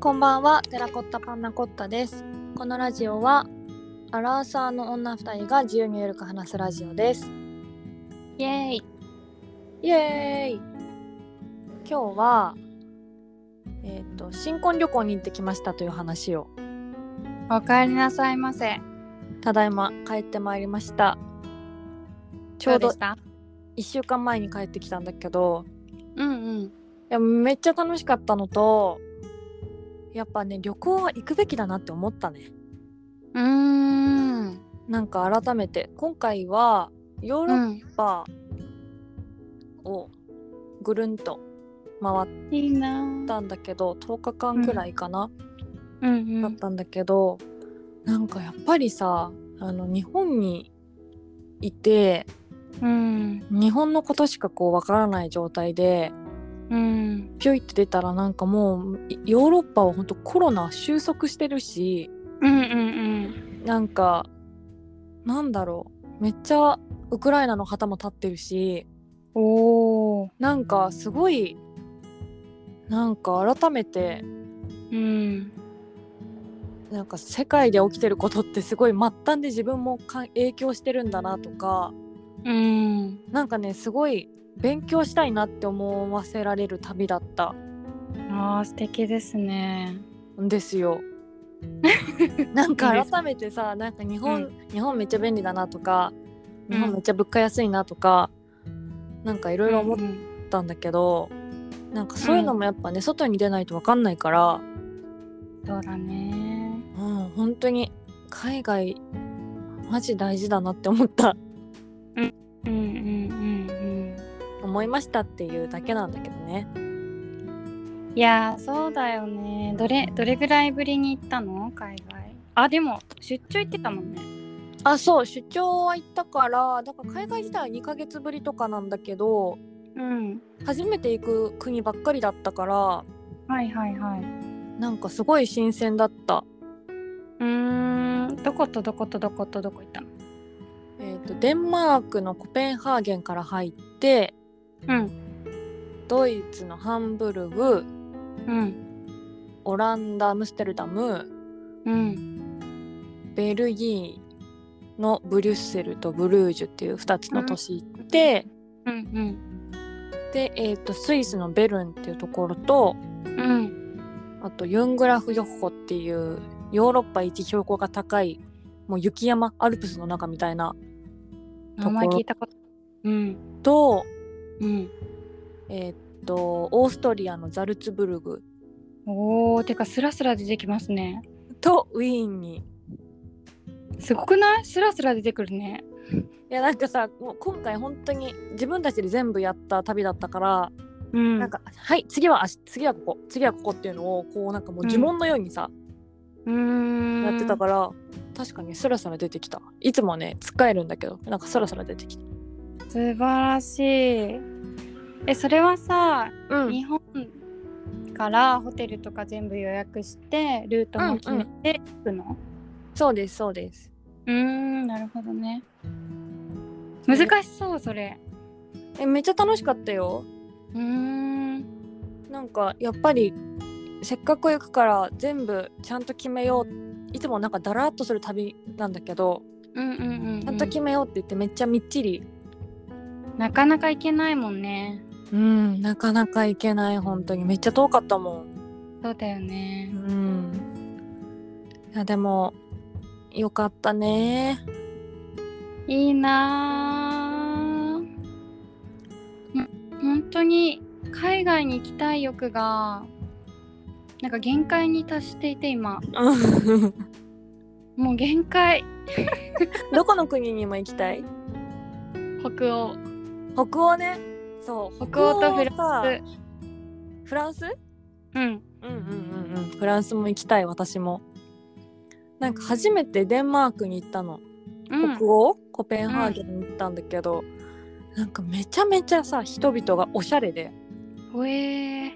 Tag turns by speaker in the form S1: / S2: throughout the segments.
S1: こんばんは、テラコッタパンナコッタです。このラジオはアラーサーの女二人が自由にゆるく話すラジオです。
S2: イエーイ
S1: イエーイ。今日はえっ、と新婚旅行に行ってきましたという話を
S2: おかえりなさいませ
S1: ただいま帰ってまいりました。ちょう
S2: う
S1: ど
S2: でした
S1: 一週間前に帰ってきたんだけど、
S2: うんうん
S1: いやめっちゃ楽しかったのと、やっぱね旅行は行くべきだなって思ったね。
S2: うーん
S1: なんか改めて今回はヨーロ
S2: う
S1: ッ
S2: ん
S1: パをぐるんと回っ
S2: いいなぁ
S1: たんだけど10日間くらいかな、
S2: うんう
S1: だっ
S2: ん
S1: たんだけどなんかやっぱりさあの日本にいて
S2: うん
S1: 日本のことしかこうわからない状態で
S2: うん
S1: ピョイって出たらなんかもういヨーロッパは本当コロナ収束してるし
S2: うんうん
S1: なんかなんだろうめっちゃウクライナの旗も立ってるし
S2: うんおお
S1: なんかすごいなんか改めて
S2: うん
S1: なんか世界で起きてることってすごい末端で自分もか影響してるんだなとか
S2: うん
S1: なんかねすごい勉強したいなって思わせられる旅だった
S2: あー素敵ですね
S1: んです よ。なん
S2: いい
S1: か
S2: です
S1: 改めてさなんか日本、
S2: う
S1: 日本めっちゃ便利だなとか
S2: うん
S1: 日本めっちゃ物価安いなとか、なんかいろいろ思っ
S2: うん
S1: たんだけど、なんかそういうのもやっぱね、外に出ないと分かんないから。
S2: そうだね
S1: うん、本当に海外マジ大事だなって思った
S2: うんうんうん
S1: 思いましたっていうだけなんだけどね
S2: うんいやーそうだよねどれどれぐらいぶりに行ったの海外あでも出張行ってたもんね
S1: あそう出張は行ったからだから海外自体は2ヶ月ぶりとかなんだけど
S2: うん
S1: 初めて行く国ばっかりだったから
S2: はいはいはい
S1: なんかすごい新鮮だった、
S2: うーんどことどことどことどこ行ったの
S1: えー、とデンマークのコペンハーゲンから入って
S2: うん
S1: ドイツのハンブルグ
S2: うん
S1: オランダアムステルダム
S2: うん
S1: ベルギーのブリュッセルとブルージュっていう2つの都市行って、
S2: うん
S1: で、えー、とスイスのベルンっていうところと
S2: うんうん
S1: あとユングラフヨッホっていうヨーロッパ一標高が高いもう雪山アルプスの中みたいな
S2: 名前聞いたことうん
S1: と,、
S2: うん
S1: えー、とオーストリアのザルツブルグ
S2: おおてかスラスラ出てきますね
S1: とウィーンに
S2: すごくないスラスラ出てくるね
S1: いやなんかさもう今回本当に自分たちで全部やった旅だったから、
S2: うん
S1: なんかはい次はあし次はここ次はここっていうのをこうなんかもう呪文のようにさ、
S2: うーん
S1: やってたから確かにスラスラ出てきたいつもね使えるんだけどなんかスラスラ出てきた。
S2: 素晴らしいえそれはさ、
S1: うん
S2: 日本からホテルとか全部予約してルートも決めて行くの
S1: そうですそうです。
S2: うーんなるほどね難しそうそれ
S1: えめっちゃ楽しかったよ。
S2: うーん
S1: なんかやっぱりせっかく行くから全部ちゃんと決めよう。いつもなんかだらっとする旅なんだけど、
S2: うんうんうんうん
S1: ちゃんと決めようって言ってめっちゃみっちり。
S2: なかなか行けないもんね
S1: うん、なかなか行けない本当にめっちゃ遠かったもん。
S2: そうだよね
S1: うん。いやでもよかったね。
S2: いいなあん本当に海外に行きたい欲がなんか限界に達していて今もう限界
S1: どこの国にも行きたい？
S2: 北欧
S1: 北欧ね。そう
S2: 北欧とフ
S1: さ
S2: ランス
S1: フランス？
S2: うん
S1: うんうんうんうんフランスも行きたい私もなんか初めてデンマークに行ったの、
S2: うん
S1: 北欧コペンハーゲンに行ったんだけど、なんかめちゃめちゃさ人々がおしゃれで
S2: ほえ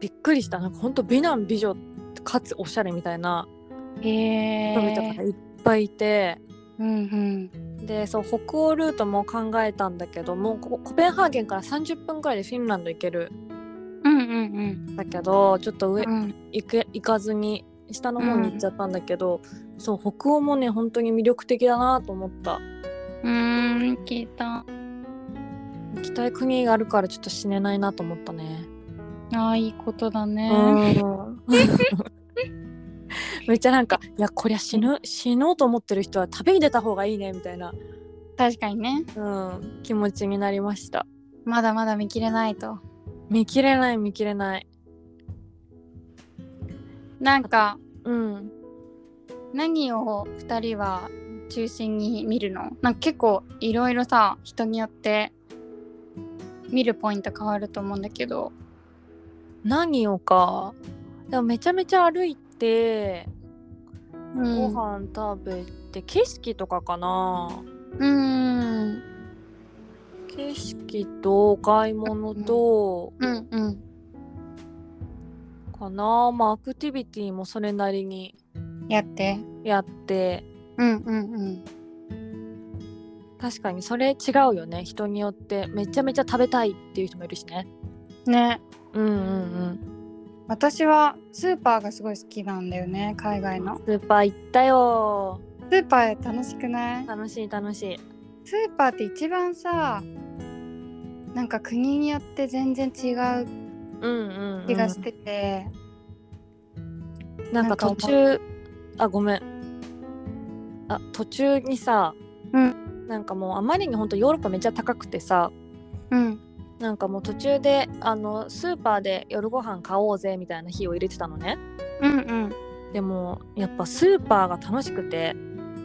S1: びっくりしたなんかほんと美男美女かつおしゃれみたいな
S2: ーへ
S1: 人々
S2: ー
S1: がいっぱいいて、
S2: うんうん
S1: でそう北欧ルートも考えたんだけどもうここコペンハーゲンから30分くらいでフィンランド行ける
S2: うんうん
S1: だけどちょっと上
S2: うんうん
S1: 行け行かずに下の方に行っちゃったんだけど、そう北欧もね本当に魅力的だなと思った
S2: うーん聞いた
S1: 行きたい国があるからちょっと死ねないなと思ったね、
S2: あーいいことだね
S1: うん めっちゃなんかいやこりゃ死ぬ死のうと思ってる人は旅に出た方がいいねみたいな、
S2: 確かにね
S1: うん、気持ちになりました
S2: まだまだ見切れないと
S1: 見切れない見切れない
S2: なんか
S1: うん
S2: 何を2人は中心に見るのなんか結構いろいろさ人によって見るポイント変わると思うんだけど
S1: 何をかでもめちゃめちゃ歩いて
S2: う
S1: ご
S2: んう
S1: 飯食べて、景色とかかな
S2: ーん
S1: 景色とお買い物と
S2: うんうん
S1: かなまあアクティビティもそれなりに
S2: やって
S1: やって
S2: うんうんうん
S1: 確かにそれ違うよね人によってめちゃめちゃ食べたいっていう人もいるしね
S2: ね
S1: うんうん
S2: 私はスーパーがすごい好きなんだよね海外の
S1: うんスーパー行ったよ
S2: スーパー楽しくない
S1: 楽しい楽しい
S2: スーパーって一番さなんか国によって全然違う
S1: うんうん、うん、
S2: 気がしてて、
S1: なんか途中あごめんあ途中にさ、
S2: う
S1: なんかもうあまりにほんとヨーロッパめっちゃ高くてさ
S2: うん
S1: なんかもう途中であのスーパーで夜ご飯買おうぜみたいな日を入れてたのね
S2: うんうん
S1: でもやっぱスーパーが楽しくて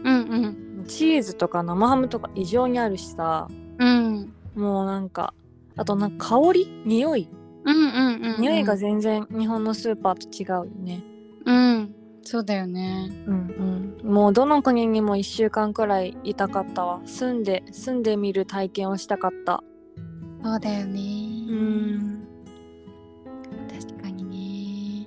S2: うん
S1: チーズとか生ハムとか異常にあるしさ
S2: うんうん
S1: もうなんかあとなんか香り匂い
S2: うんうんうんうん
S1: 匂いが全然日本のスーパーと違うよね
S2: うんそうだよね
S1: うんうん、もうどの国にも1週間くらいいたかったわ住んで住んでみる体験をしたかった
S2: そうだよね
S1: ん
S2: 確かにね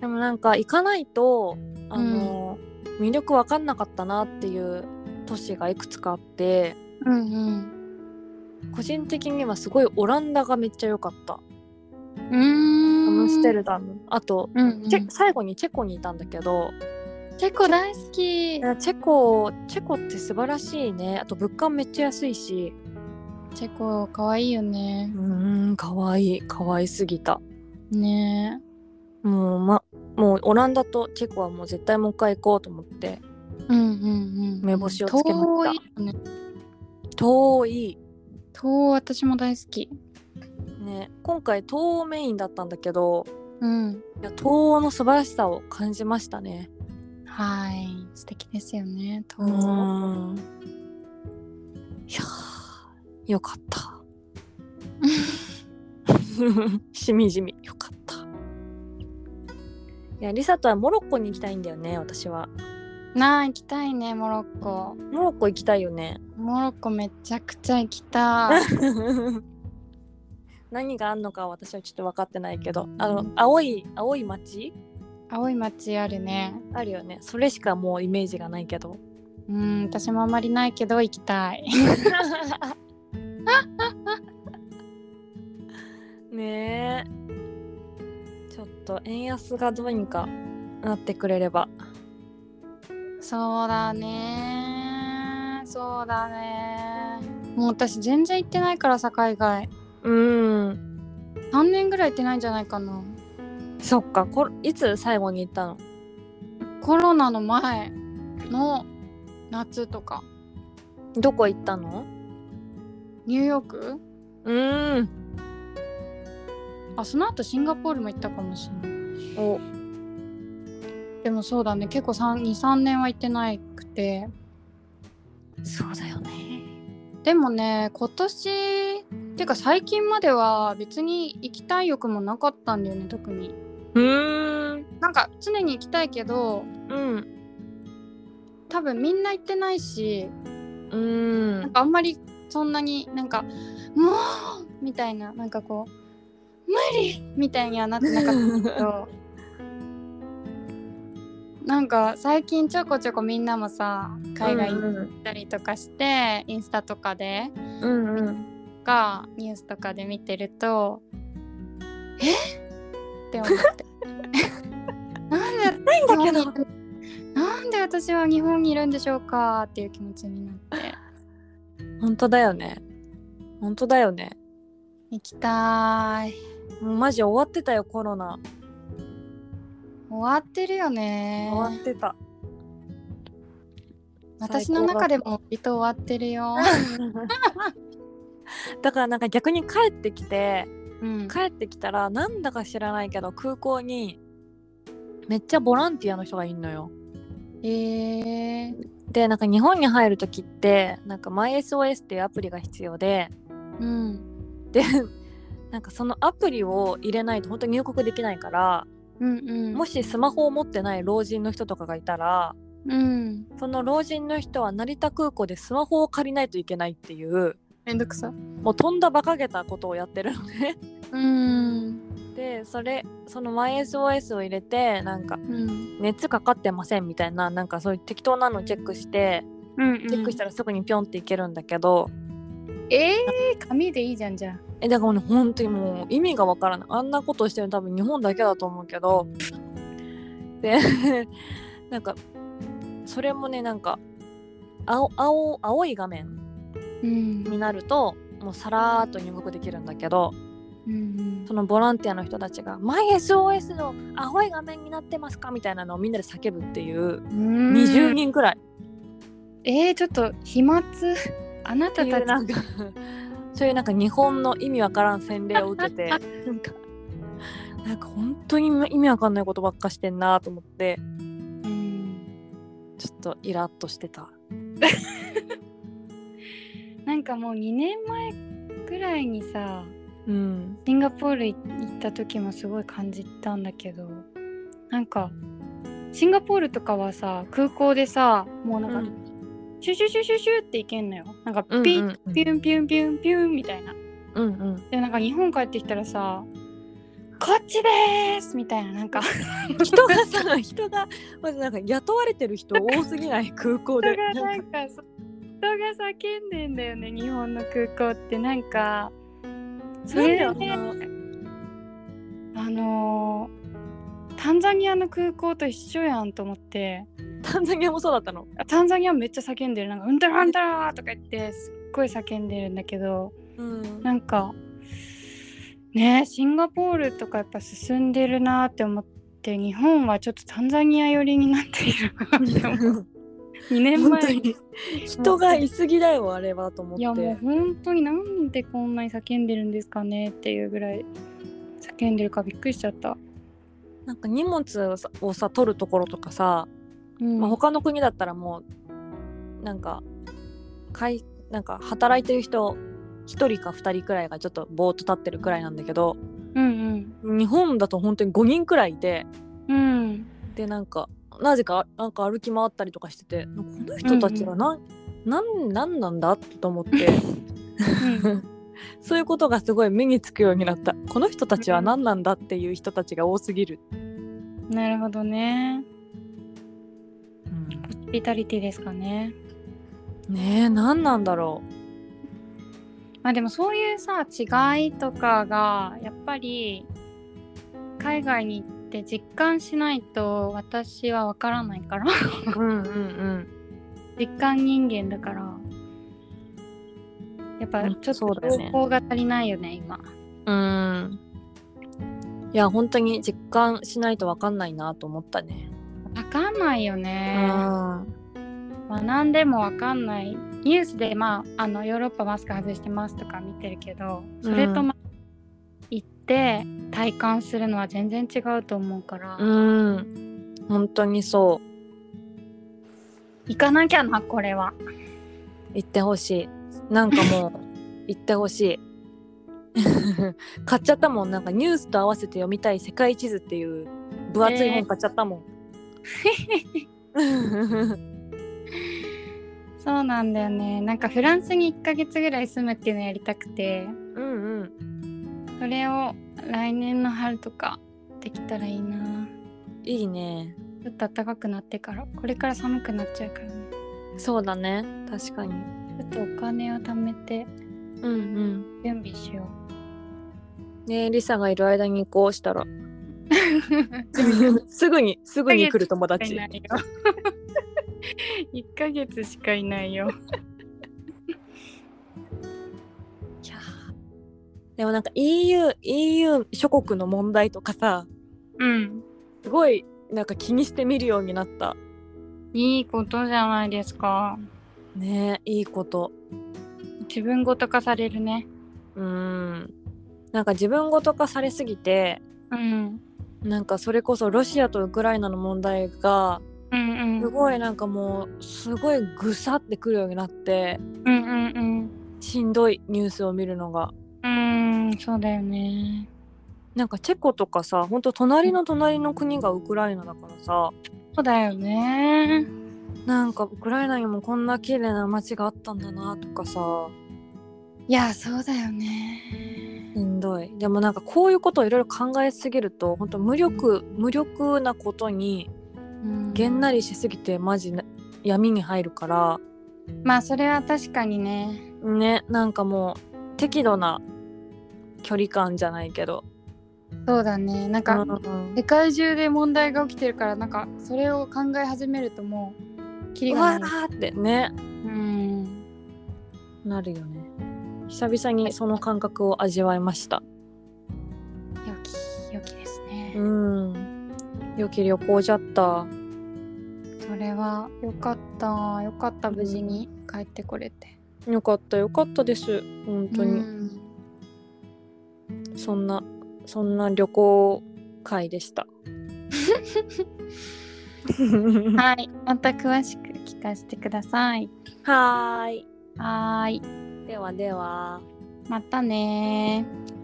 S1: でもなんか行かないとあの、魅力わかんなかったなっていう都市がいくつかあって
S2: うんうん
S1: 個人的にはすごいオランダがめっちゃ良かった
S2: う
S1: ア
S2: ー
S1: ム
S2: ん
S1: ステルダムあと、
S2: うんうん、
S1: チ
S2: チ
S1: ェ
S2: ェ
S1: 最後にチェコにいたんだけど
S2: コ大好
S1: チ
S2: き
S1: ェコチェコって素晴らしいねあと物価めっちゃ安いし
S2: チェコ可愛いよね
S1: うーんかわいいかわいすぎた
S2: ね
S1: もう,、ま、もうオランダとチェコはもう絶対もう一回行こうと思って
S2: うんうんうん
S1: 目星をつけました
S2: 遠いよね
S1: 遠い、
S2: 遠私も大好き
S1: ね、今回東欧メインだったんだけど
S2: うん
S1: いや東欧の素晴らしさを感じましたね
S2: はい素敵ですよね遠
S1: う
S2: い
S1: んいやーよかった しみじみよかったいやリサとはモロッコに行きたいんだよね私は
S2: なあ行きたいねモロッコ
S1: モロッコ行きたいよね
S2: モロッコめちゃくちゃ行き たい
S1: 何があんのかは私はちょっと分かってないけどあの青い青い街
S2: 青い街あるね
S1: あるよねそれしかもうイメージがないけど
S2: うん私もあんまりないけど行きたい
S1: ねえちょっと円安がどうにかなってくれれば
S2: そうだねそうだねもう私全然行ってないからさ海外
S1: うん
S2: 3年ぐらい行ってないんじゃないかな
S1: そっかこいつ最後に行ったの
S2: コロナの前の夏とか
S1: どこ行ったの
S2: ニューヨーク
S1: うん
S2: あその後シンガポールも行ったかもしれない
S1: お
S2: でもそうだね結構23年は行ってなくて
S1: そうだよね
S2: でもね今年っていうか最近までは別に行きたい欲もなかったんだよね特に
S1: うん
S2: なんか常に行きたいけど
S1: うん
S2: 多分みんな行ってないし
S1: うん
S2: なんかあんまりそんなになんか「もう!」みたいななんかこう「無理!」みたいにはなってなかったけど なんか最近ちょこちょこみんなもさ海外
S1: う
S2: 行っ
S1: ん
S2: たりとかして、インスタとかで
S1: うんうん
S2: かニュースとかで見てるとって思って なんで
S1: だけど
S2: 日本になんで私は日本にいるんでしょうかっていう気持ちになって
S1: 本当だよね本当だよね
S2: 行きたい
S1: もうマジ終わってたよコロナ
S2: 終わってるよね
S1: 終わって た
S2: 私の中でも割と終わってるよ、
S1: だからなんか逆に帰ってきて
S2: うん、
S1: 帰ってきたらなんだか知らないけど空港にめっちゃボランティアの人がいんのよ
S2: えー、
S1: でなんか日本に入る時ってなんか MySOS っていうアプリが必要で
S2: うん
S1: でなんかそのアプリを入れないと本当に入国できないから
S2: うんうん
S1: もしスマホを持ってない老人の人とかがいたら
S2: うん
S1: その老人の人は成田空港でスマホを借りないといけないっていう
S2: めんどくさ
S1: もうとんだ馬鹿げたことをやってるのね。
S2: うん
S1: で それその MySOS を入れてなんか
S2: うん
S1: 熱かかってませんみたいななんかそういう適当なのチェックして、
S2: うんうん
S1: チェックしたらすぐにピョンっていけるんだけど
S2: えー、紙でいいじゃんじゃあ
S1: えだからね本当にもう意味がわからないあんなことしてるの多分日本だけだと思うけどで なんかそれもねなんか青青青い画面
S2: うん
S1: になるともうさらーっと入国できるんだけど
S2: うん
S1: そのボランティアの人たちが「MySOS の青い画面になってますか?」みたいなのをみんなで叫ぶっていう
S2: うん
S1: 20人くらい
S2: えー、ちょっと飛沫 あな
S1: って
S2: た
S1: い
S2: た
S1: う
S2: ち
S1: なん かそういうなんか日本の意味わからん洗礼を受けて なんかなんか本当に意味わかんないことばっかしてんなと思って
S2: うん
S1: ちょっとイラッとしてた
S2: なんかもう2年前くらいにさ
S1: うん
S2: シンガポール行った時もすごい感じたんだけどなんかシンガポールとかはさ空港でさもうなんか、
S1: うん
S2: シュシュシュシュシュって行けんのよなんかピ
S1: うんうん
S2: ッ、ピュンピュンピュンピュンみたいな
S1: うんうん
S2: でもなんか日本帰ってきたらさ「こっちでーす!」みたいななんか
S1: 人がさ 人がまずなんか雇われてる人多すぎない空港
S2: 人
S1: で
S2: がなんかそう人が叫んでんだよね日本の空港ってなんかそれで
S1: なんであん
S2: あのータンザニアの空港と一緒やんと思って
S1: タンザニアもそうだったの
S2: タンザニアめっちゃ叫んでるなんか「うんたらうんたら」とか言ってすっごい叫んでるんだけど
S1: うん
S2: なんかねシンガポールとかやっぱ進んでるなって思って日本はちょっとタンザニア寄りになっているなって思う2年
S1: 本当
S2: 前
S1: に人がいすぎだよあれはと思っ
S2: いやもう
S1: て
S2: 本当になんでこんなに叫んでるんですかねっていうぐらい叫んでるからびっくりしちゃった。
S1: なんか荷物をさをさ取るところとかさ
S2: うん
S1: まあ、他の国だったらもうなんかかいなんか働いてる人1人か2人くらいがちょっとぼーっと立ってるくらいなんだけど
S2: うん
S1: 日本だと本当に5人くらいいて
S2: うんうん
S1: でなんかなぜかなんか歩き回ったりとかしててこの人たちは何、なんなんなんだと思って そういうことがすごい目につくようになったこの人たちは何なんだっていう人たちが多すぎる、
S2: うん、なるほどね。
S1: うん
S2: ビタリティですかね。
S1: ねえ何なんだろ
S2: まあでもそういうさ違いとかがやっぱり海外に行って実感しないと私はわからないから
S1: ううんうんうん
S2: 実感人間だからやっぱちょっ
S1: そう
S2: と
S1: だよ
S2: 情
S1: ね
S2: 報が足りないよね今。
S1: うん。いや、本当に実感しないと分かんないなと思ったね。
S2: わかんないよ
S1: う
S2: ね。
S1: ん。
S2: 学んでもわかんないニュースで、まあ、あのヨーロッパマスク外してますとか見てるけどそれと、ま行って体感するのは全然違うと思うから、
S1: うん。本当にそ
S2: 行かなきゃなこれは
S1: う。言ってほしい。なんかもう、 言ってほしい。 買っちゃったもん。なんかニュースと合わせて読みたい世界地図っていう分厚い本買っちゃったもん。
S2: そうなんだよねなんかフランスに1ヶ月ぐらい住むっていうのやりたくて
S1: うんうん。
S2: それを来年の春とかできたらいいない
S1: いね。
S2: ちょっと暖かくなってからこれから寒くなっちゃうからね
S1: そうだね。確かに。
S2: ちょっとお金を貯めて
S1: うんうん。
S2: 準備しよ
S1: ねえリサがいる間にこうしたら すぐにすぐに来る友達
S2: いないよ一ヶ月しかいないよ。
S1: いやーでもなんか EU, EU 諸国の問題とかさ
S2: うん。
S1: すごいなんか気にして見るようになった
S2: いいことじゃないですか。
S1: ねえいいこと
S2: 自分ごと化されるね。
S1: うーんなんか自分ごと化されすぎて
S2: うん。
S1: なんかそれこそロシアとウクライナの問題が
S2: うんうん。
S1: すごいなんかもうすごいぐさってくるようになって
S2: うんうんうん。
S1: しんどいニュースを見るのが
S2: うーん、そうだよね。
S1: なんかチェコとかさほんと隣の隣の国がウクライナだからさ
S2: そうだよね。
S1: なんかウクライナにもこんな綺麗な街があったんだなとかさ
S2: いや、そうだよね。
S1: しんどいでもなんかこういうことをいろいろ考えすぎると本当無力無力なことに
S2: うん
S1: げんなりしすぎてマジな闇に入るから
S2: まあ、それは確かにね。
S1: ねなんかもう適度な距離感じゃないけど
S2: そうだね。なんか、
S1: うん
S2: 世界中で問題が起きてるから、なんか、それを考え始めるともう、キリ
S1: う
S2: が
S1: わ
S2: ない。
S1: ーってね
S2: うん。
S1: なるよね久々にその感覚を味わいました
S2: 良き、良きですね。
S1: うん良き旅行じゃった
S2: それは良かった。良かった、無事に帰ってこれて。
S1: よかったよかったです本当に、
S2: うん
S1: そんなそんな旅行会でした
S2: はい、また詳しく聞かせてください。
S1: はーい
S2: はーい、
S1: ではでは
S2: またねー。